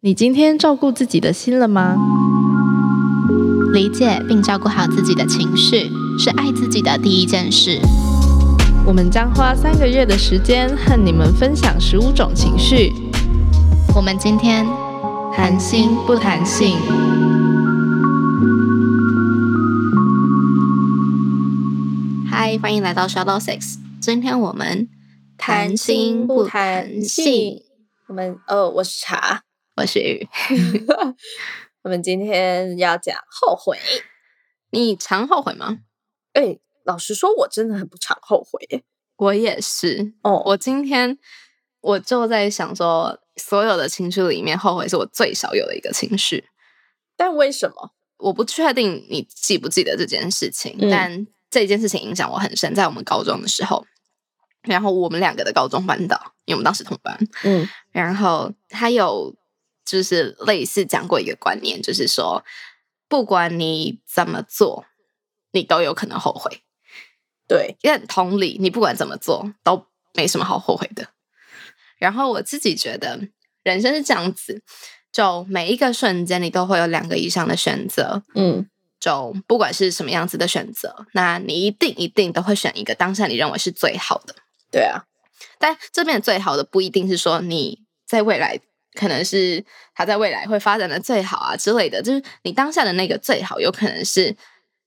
你今天照顾自己的心了吗？理解并照顾好自己的情绪，是爱自己的第一件事。我们将花三个月的时间和你们分享十五种情绪，我们今天谈心不谈性。嗨，欢迎来到 Shadow Six。今天我们谈心不谈性，。我们哦，我是茶。我是雨。我们今天要讲后悔。你常后悔吗？哎、老实说，我真的很不常后悔耶。我也是。哦，我今天我就在想说，所有的情绪里面，后悔是我最少有的一个情绪。但为什么？我不确定你记不记得这件事情，嗯但这件事情影响我很深，在我们高中的时候，然后我们两个的高中班导，因为我们当时同班，嗯然后他有就是类似讲过一个观念，就是说，不管你怎么做，你都有可能后悔。对，因为同理，你不管怎么做都没什么好后悔的。然后我自己觉得人生是这样子，就每一个瞬间你都会有两个以上的选择，嗯就不管是什么样子的选择，那你一定一定都会选一个当下你认为是最好的。对啊，但这边的最好的不一定是说你在未来，可能是它在未来会发展的最好啊之类的，就是你当下的那个最好，有可能是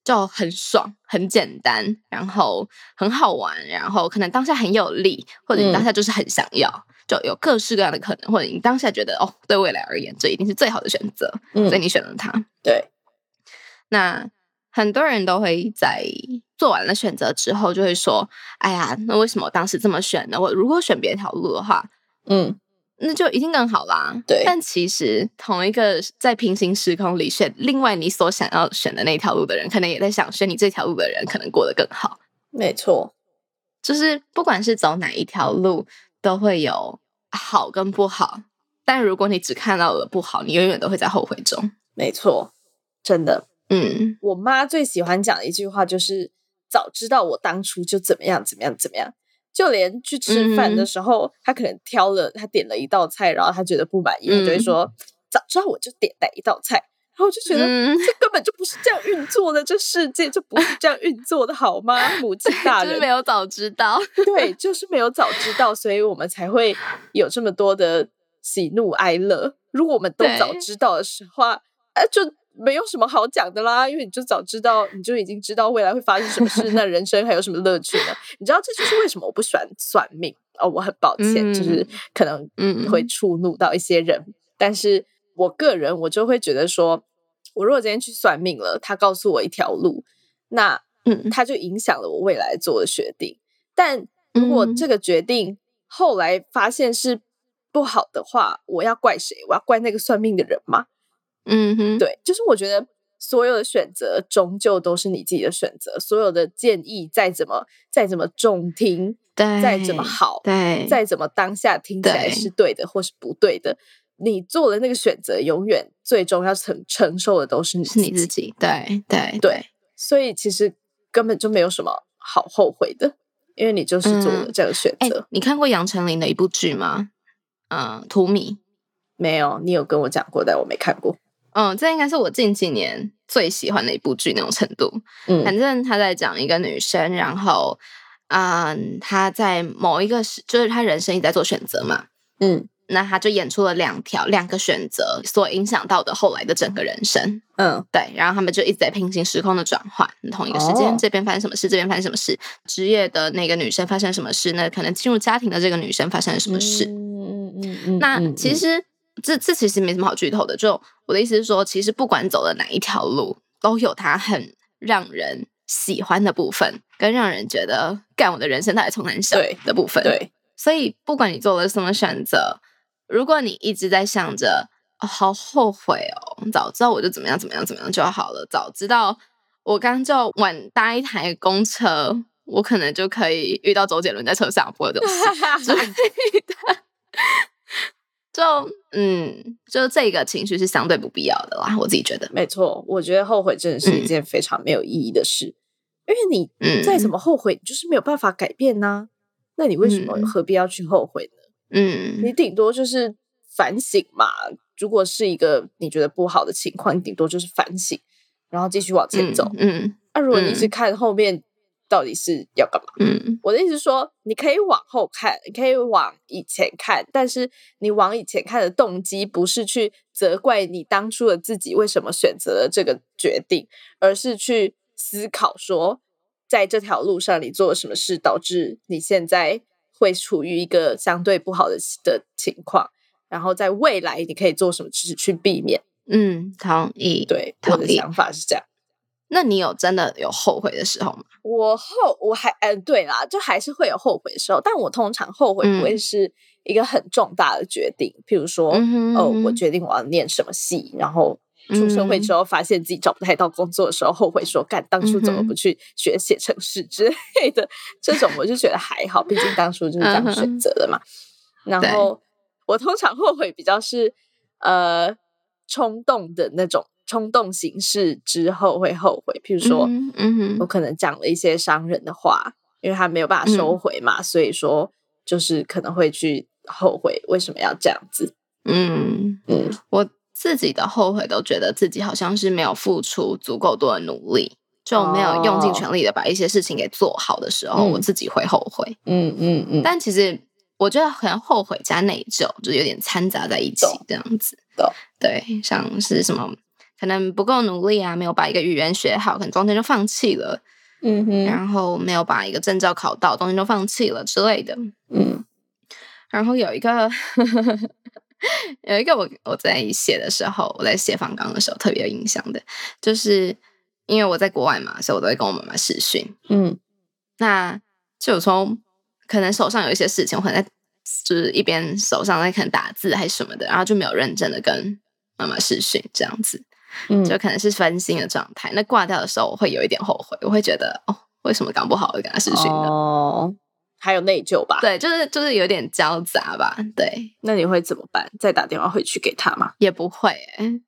就很爽、很简单，然后很好玩，然后可能当下很有力，或者你嗯当下就是很想要，就有各式各样的可能，或者你当下觉得哦，对未来而言这一定是最好的选择，嗯所以你选了它。对，那很多人都会在做完了选择之后，就会说：“哎呀，那为什么我当时这么选呢？我如果选别条路的话，嗯那就一定更好啦。”对但其实同一个在平行时空里选另外你所想要选的那条路的人，可能也在想选你这条路的人可能过得更好。没错，就是不管是走哪一条路，都会有好跟不好。但如果你只看到了不好，你永远都会在后悔中。没错，真的。嗯，我妈最喜欢讲的一句话就是：“早知道我当初就怎么样怎么样怎么样。”就连去吃饭的嗯时候，她可能挑了，她点了一道菜，然后她觉得不满意，她就会嗯说：“早知道我就点哪一道菜。”然后我就觉得，嗯这根本就不是这样运作的，这世界就不是这样运作的好吗？母亲大就人 是没有早知道。 对，就是没有早知道，所以我们才会有这么多的喜怒哀乐。如果我们都早对知道的时候啊，呃，就没有什么好讲的啦，因为你就早知道，你就已经知道未来会发生什么事，那人生还有什么乐趣呢？你知道，这就是为什么我不喜欢算命哦，我很抱歉，就是嗯可能嗯会触怒到一些人，但是我个人我就会觉得说，我如果今天去算命了，他告诉我一条路，那嗯它就影响了我未来做的决定。但如果嗯这个决定后来发现是不好的话，我要怪谁？我要怪那个算命的人吗？嗯哼，对，就是我觉得所有的选择终究都是你自己的选择，所有的建议再怎么再怎么中听，对再怎么好，哎对，再怎么当下听起来对是对的或是不对的，你做的那个选择，永远最终要承承受的都是你是你自己，对对对，所以其实根本就没有什么好后悔的，因为你就是做了嗯这个选哎、择。你看过杨丞琳的一部剧吗？嗯、荼蘼，没有，你有跟我讲过，但我没看过。嗯，这应该是我近几年最喜欢的一部剧那种程度。嗯反正他在讲一个女生，然后，嗯，她在某一个时，就是她人生一直在做选择嘛。嗯那她就演出了两条两个选择所影响到的后来的整个人生。嗯对，然后他们就一直在平行时空的转换，同一个时间，哦这边发生什么事，这边发生什么事，职业的那个女生发生什么事，那可能进入家庭的这个女生发生了什么事。嗯嗯嗯嗯那其实、这这其实没什么好剧透的，就我的意思是说，其实不管走了哪一条路，都有它很让人喜欢的部分，跟让人觉得干我的人生到底从哪想对的部分。 对，所以不管你做了什么选择，如果你一直在想着、哦好后悔哦，早知道我就怎么样怎么样怎么样就好了，早知道我刚就晚搭一台公车，我可能就可以遇到周杰伦在车上播这种 事之类的。就嗯，就这个情绪是相对不必要的啦，我自己觉得。没错，我觉得后悔真的是一嗯件非常没有意义的事，因为你嗯再怎么后悔，你就是没有办法改变呐、那你为什么嗯何必要去后悔呢？嗯，你顶多就是反省嘛，如果是一个你觉得不好的情况，你顶多就是反省，然后继续往前走。嗯那、如果你一直嗯看后面到底是要干嘛？嗯我的意思是说，你可以往后看，你可以往以前看，但是你往以前看的动机不是去责怪你当初的自己为什么选择了这个决定，而是去思考说，在这条路上你做了什么事，导致你现在会处于一个相对不好的的情况，然后在未来你可以做什么事去避免。嗯，同意。，对，我的同意想法是这样。那你有真的有后悔的时候吗？我后我还嗯对啦，就还是会有后悔的时候，但我通常后悔不会嗯是一个很重大的决定，譬如说、嗯哼哦嗯，我哼决定我要念什么系，然后出社会之后发现自己找不太到工作的时候，后悔说干当初怎么嗯嗯不哼去学写程式之类的，这种我就觉得还好，毕竟当初就是这样选嗯哼择的嘛。然对后我通常后悔比较是呃冲动的那种。冲动行事之后会后悔，譬如说，嗯哼嗯我哼，可能讲了一些伤人的话，因为他没有办法嗯收回嘛，所以说就是可能会去后悔为什么要这样子。嗯，嗯，我自己的后悔都觉得自己好像是没有付出足够多的努力，就没有用尽全力的把一些事情给做好的时候，哦嗯我自己会后悔。嗯嗯嗯，但其实我觉得可能后悔加内疚，就是有点掺杂在一起懂这样子懂。对，像是什么可能不够努力啊，没有把一个语言学好，可能中间就放弃了，嗯哼，然后没有把一个证照考到，中间就放弃了之类的。嗯然后有一个 有一个我我在写的时候，我在写访纲的时候特别有印象的，就是因为我在国外嘛，所以我都会跟我妈妈视讯。嗯那就有时候可能手上有一些事情，我可能在就是一边手上在可能打字还是什么的，然后就没有认真的跟妈妈视讯这样子，嗯，就可能是分心的状态。那挂掉的时候，我会有一点后悔，我会觉得哦，为什么刚不好好地跟她视讯呢？哦，还有内疚吧？，对，就是就是有点交杂吧，对，那你会怎么办？再打电话回去给他吗？也不会、欸，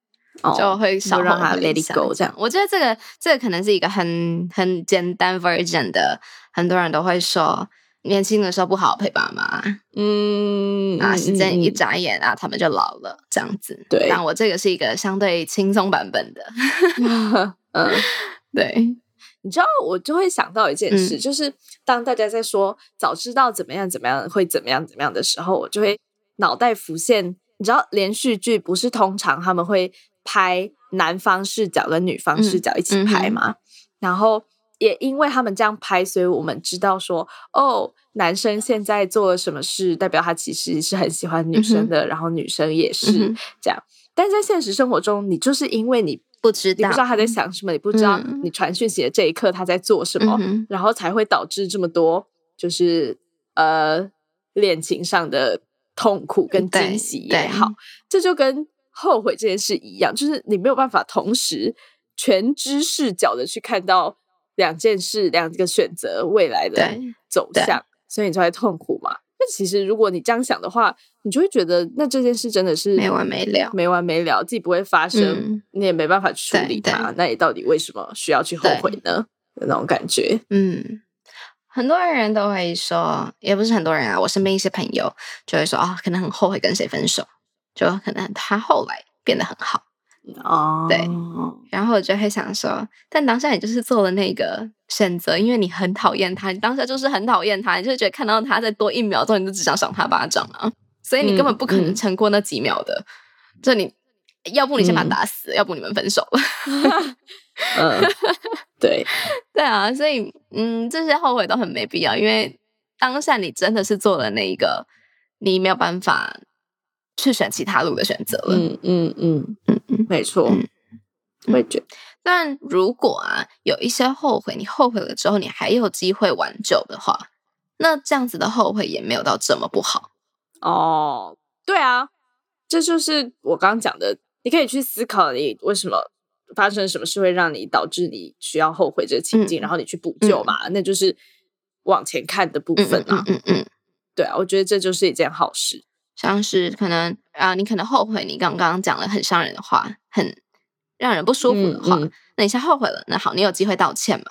哦就会就少让后他悔 let 一 it 下 go 这样。我觉得这个这个可能是一个很很简单 version 的，很多人都会说，年轻的时候不好好陪爸妈嗯啊，时间一眨，眨眼啊，他们就老了这样子。对但我这个是一个相对轻松版本的，嗯嗯。 对，你知道，我就会想到一件事，嗯就是当大家在说“早知道怎么样怎么样会怎么样怎么样”的时候，我就会脑袋浮现。你知道，连续剧不是通常他们会拍男方视角跟女方嗯视角一起拍吗？然后也因为他们这样拍，所以我们知道说，哦，男生现在做了什么事，代表他其实是很喜欢女生的，然后女生也是、嗯哼这样。但在现实生活中，你就是因为你不知你道不知道他在想什么，你不知道嗯你传讯息的这一刻他在做什么，嗯哼，然后才会导致这么多就是呃恋情上的痛苦跟对惊喜也对好，这就跟后悔这件事一样，就是你没有办法同时全知视角的去看到两件事、两个选择未来的对走对向，所以你才会痛苦嘛。那其实，如果你这样想的话，你就会觉得那这件事真的是没完没了没完没了，自己不会发生，嗯你也没办法处对理对它。那你到底为什么需要去后对悔呢？的那种感觉，嗯。很多人都会说，也不是很多人啊，我身边一些朋友就会说啊、可能很后悔跟谁分手，就可能他后来变得很好。哦，对然后我就会想说，但当下你就是做了那个选择，因为你很讨厌他，你当下就是很讨厌他，你就觉得看到他再多一秒钟，你就只想赏他巴掌啊，所以你根本嗯不可能嗯撑过那几秒的。就你，要不你先把他嗯打死，要不你们分手了。 嗯，对，对啊，所以嗯，这些后悔都很没必要，因为当下你真的是做了那一个你没有办法去选其他路的选择了。嗯嗯嗯嗯嗯没错，嗯我也觉得，但如果啊，有一些后悔，你后悔了之后，你还有机会挽救的话，那这样子的后悔也没有到这么不好。哦，对啊，这就是我刚刚讲的，你可以去思考你为什么发生什么事会让你导致你需要后悔这个情境，嗯然后你去补救嘛，那就是往前看的部嗯分嗯啊。嗯嗯嗯，对啊，我觉得这就是一件好事。像是可能啊、你可能后悔你刚刚讲了很伤人的话，很让人不舒服的话，嗯嗯那你现在后悔了，那好，你有机会道歉嘛？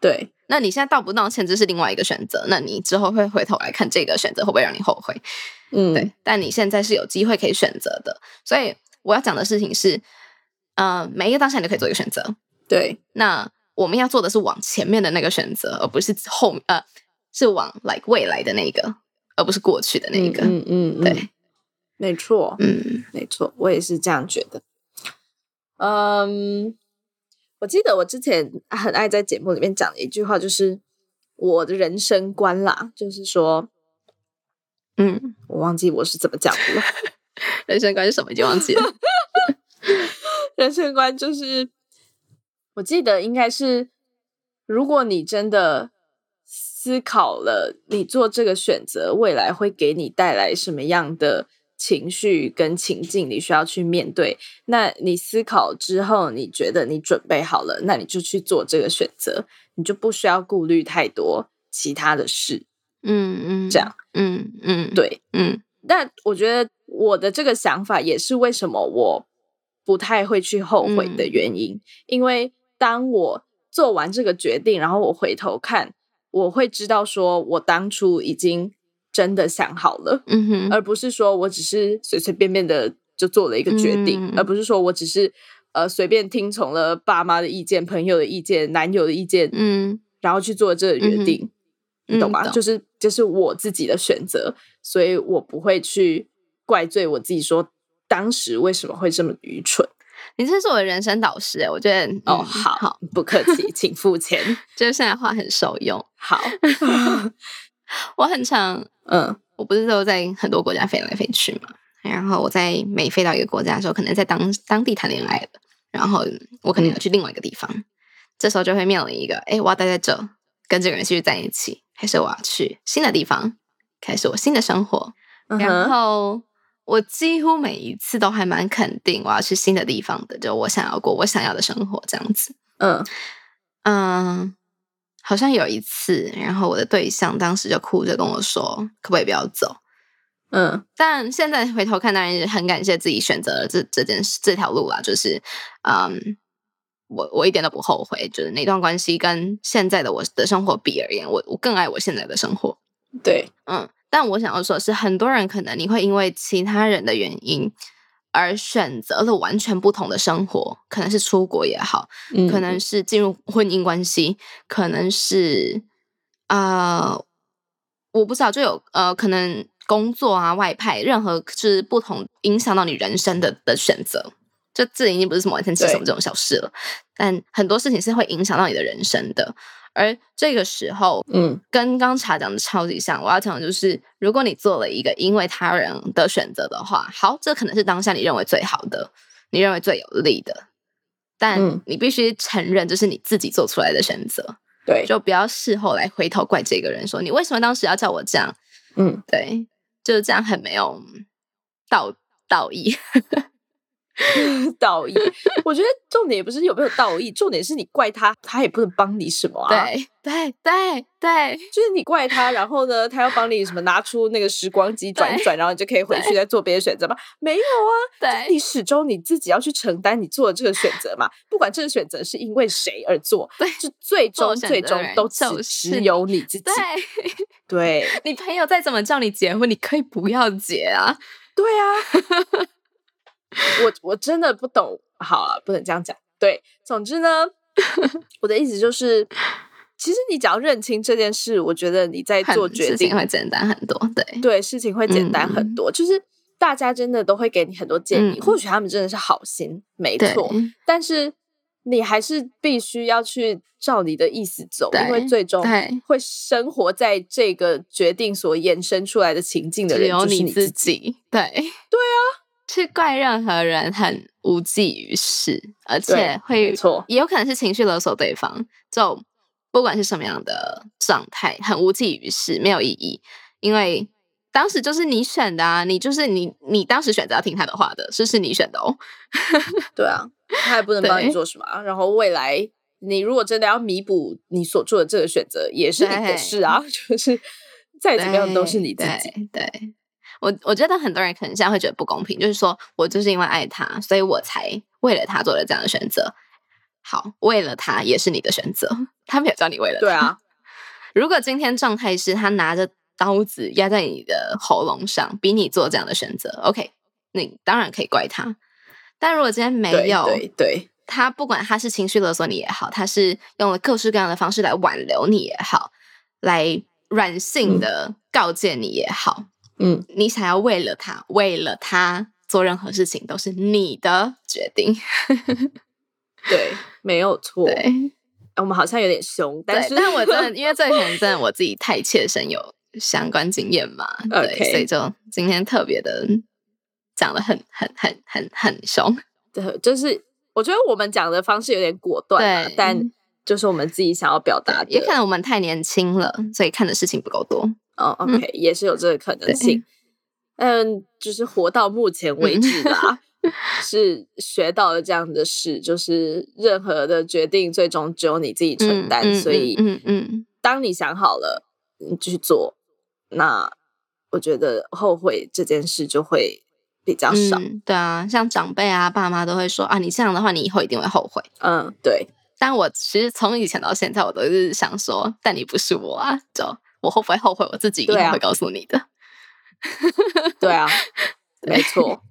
对，那你现在道不道歉，这是另外一个选择。那你之后会回头来看这个选择会不会让你后悔？嗯，对，但你现在是有机会可以选择的，所以我要讲的事情是，呃，每一个当下你都可以做一个选择。对，那我们要做的是往前面的那个选择，而不是后呃，是往 like 未来的那一个，而不是过去的那一个。嗯嗯，嗯对，没错，嗯没错，我也是这样觉得。嗯，我记得我之前很爱在节目里面讲的一句话，就是我的人生观啦，就是说嗯，我忘记我是怎么讲的了。人生观是什么已经忘记了。人生观就是，我记得应该是，如果你真的思考了你做这个选择未来会给你带来什么样的情绪跟情境，你需要去面对。那你思考之后，你觉得你准备好了，那你就去做这个选择，你就不需要顾虑太多其他的事。嗯 嗯，这样，嗯嗯，，对，嗯但我觉得我的这个想法也是为什么我不太会去后悔嗯的原因，因为当我做完这个决定，然后我回头看，我会知道说我当初已经真的想好了，嗯哼，而不是说我只是随随便便的就做了一个决定，嗯而不是说我只是呃随便听从了爸妈的意见、朋友的意见、男友的意见，嗯然后去做这嗯个决哼定，你懂嗯吗？懂就是这、是我自己的选择，所以我不会去怪罪我自己说当时为什么会这么愚蠢。你真是我的人生导师哎，我觉得哦，嗯好，好，不客气，请付 钱。就是现在话很受用。 好，我很常，嗯我不是都在很多国家飞来飞去嘛，然后我在每飞到一个国家的时候，可能在当当地谈恋爱了，然后我可能嗯要去另外一个地方，这时候就会面临一个，哎，我要待在这，跟这个人继续在一起，还是我要去新的地方，开始我新的生活，嗯然哼，后我几乎每一次都还蛮肯定我要去新的地方的，就我想要过我想要的生活这样子。嗯嗯，好像有一次，然后我的对象当时就哭着跟我说，可不可以不要走？嗯但现在回头看，当然也很感谢自己选择了这这件事这条路啦。就是，嗯，我我一点都不后悔。就是那段关系跟现在的我的生活比而言，我我更爱我现在的生活。对，嗯，但我想要说的是，很多人可能你会因为其他人的原因而选择了完全不同的生活，可能是出国也好，嗯可能是进入婚姻关系，可能是呃，我不知道，就有呃，可能工作啊、外派，任何就是不同影响到你人生的的选择。就这已经不是什么完全吃什么对这种小事了，但很多事情是会影响到你的人生的。而这个时候，嗯跟刚茶讲的超级像。我要讲的就是，如果你做了一个因为他人的选择的话，好，这可能是当下你认为最好的，你认为最有利的，但嗯你必须承认这是你自己做出来的选择，对，就不要事后来回头怪这个人说你为什么当时要叫我这样？嗯对，就是这样很没有道道义。 道义。我觉得重点也不是有没有道义，重点是你怪他，他也不能帮你什么啊。对对对对就是你怪他，然后呢，他要帮你什么拿出那个时光机转一对转，然后你就可以回去再做别的选择吗？没有啊，对，你始终你自己要去承担你做的这个选择嘛，不管这个选择是因为谁而做，对就最做终选择最终的人都就只是只你有你自己对。 对你朋友再怎么叫你结婚，你可以不要结啊。对啊， 我我真的不懂，好啊，不能这样讲。对，总 之呢，我的意思就是，其实你只要认清这件事，我觉得你在做很决事定情会简单很多。对，对，事情会简单很嗯多。就是大家真的都会给你很多建议，嗯或许他们真的是好心，没对错，但是你还是必须要去照你的意思走，因为对最终对会生活在这个决定所衍生出来的情境的只人有就是你你自己。己。对，对啊， 去怪任何人很无济于事，而且会没错也有可能是情绪勒索对方。就不管是什么样的状态，很无济于事，没有意义，因为。当时就是你选的啊，你就是你，你当时选择要听他的话的，是是你选的哦。对啊，他也不能帮你对做什么啊。然后未来你如果真的要弥补你所做的这个选择，也是你对的事啊， 就是再怎么样都是你自己。对。对对我我觉得很多人可能现在会觉得不公平，就是说我就是因为爱他，所以我才为了他做了这样的选择。好，为了他也是你的选择，他没有叫你为了他。对啊，如果今天状态是他拿着刀子压在你的喉咙上，逼你做这样的选择，OK，你当然可以怪他。但如果今天没有，对对对他不管他是情绪勒索你也好，他是用了各式各样的方式来挽留你也好，来软性的告诫你也好，嗯，你想要为了他，为了他做任何事情都是你的决定。对，没有错。对，我们好像有点凶，哦但对是，但我真的因为这可能真的我自己太切身有相关经验嘛，对 OK 所以就今天特别的讲的很很很很很凶， 对就是我觉得我们讲的方式有点果断啊对，但就是我们自己想要表达的，也可能我们太年轻了，所以看的事情不够多。哦，OK，、也嗯是有这个可能性。嗯，就是活到目前嗯为止啦，是学到了这样的事，就是任何的决定最终只有你自己承担，嗯嗯所以嗯嗯嗯当你想好了，你去做，那我觉得后悔这件事就会比较少。嗯，对啊，像长辈啊、爸妈都会说啊，你这样的话，你以后一定会后悔。嗯对，但我其实从以前到现在，我都是想说，但你不是我啊，就我会不会后悔，我自己一对定啊会告诉你的。对啊，没错。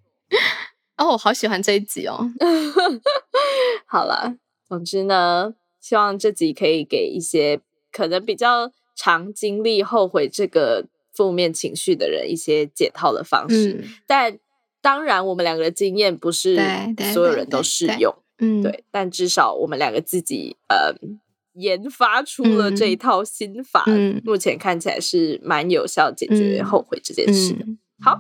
哦，我好喜欢这一集哦，好了，总之呢，希望这集可以给一些可能比较常经历后悔这个负面情绪的人一些解套的方式。嗯但当然，我们两个的经验不是对对所有对人都对适对用，嗯，对，但至少我们两个自己呃研发出了这一嗯套心法，嗯目前看起来是蛮有效解决嗯后悔这件事的。嗯，好，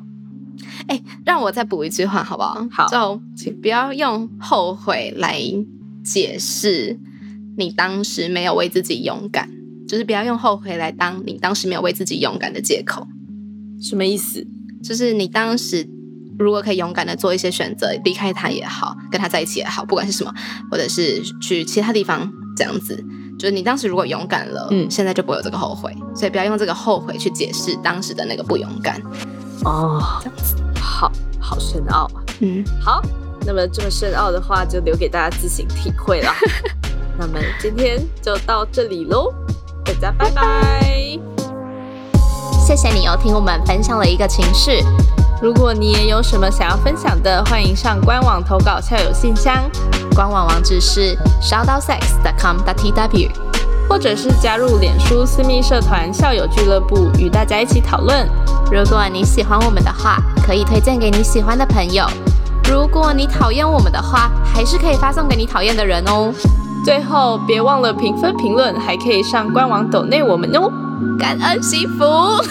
哎、让我再补一句话好不好？好就请不要用后悔来解释你当时没有为自己勇敢，就是不要用后悔来当你当时没有为自己勇敢的借口。嗯什么意思？就是你当时如果可以勇敢的做一些选择，离开他也好，跟他在一起也好，不管是什么，或者是去其他地方这样子，就是你当时如果勇敢了，嗯现在就不会有这个后悔，所以不要用这个后悔去解释当时的那个不勇敢。哦，好好深奥啊。嗯，好，那么这么深奥的话，就留给大家自行体会了。那么今天就到这里喽，大家拜拜。谢谢你又听我们分享了一个情绪，如果你也有什么想要分享的，欢迎上官网投稿校友信箱，官网网址是 shoutsex.com.tw。或者是加入脸书私密社团校友俱乐部，与大家一起讨论。如果你喜欢我们的话，可以推荐给你喜欢的朋友；如果你讨厌我们的话，还是可以发送给你讨厌的人哦。最后别忘了评分评论，还可以上官网抖内我们哦。感恩惜福， 好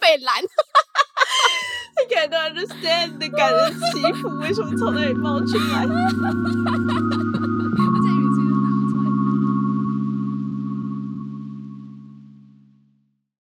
北蓝。 I can't understand 的感恩祈福为什么从那里冒出来？